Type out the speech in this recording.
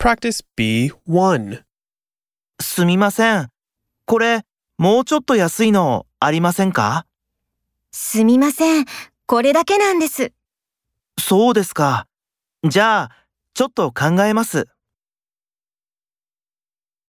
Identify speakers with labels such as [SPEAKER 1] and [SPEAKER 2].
[SPEAKER 1] Practice B1.
[SPEAKER 2] すみません。これ、もうちょっと安いのありませんか
[SPEAKER 3] すみません。これだけなんです。
[SPEAKER 2] そうですか。じゃあ、ちょっと考えます。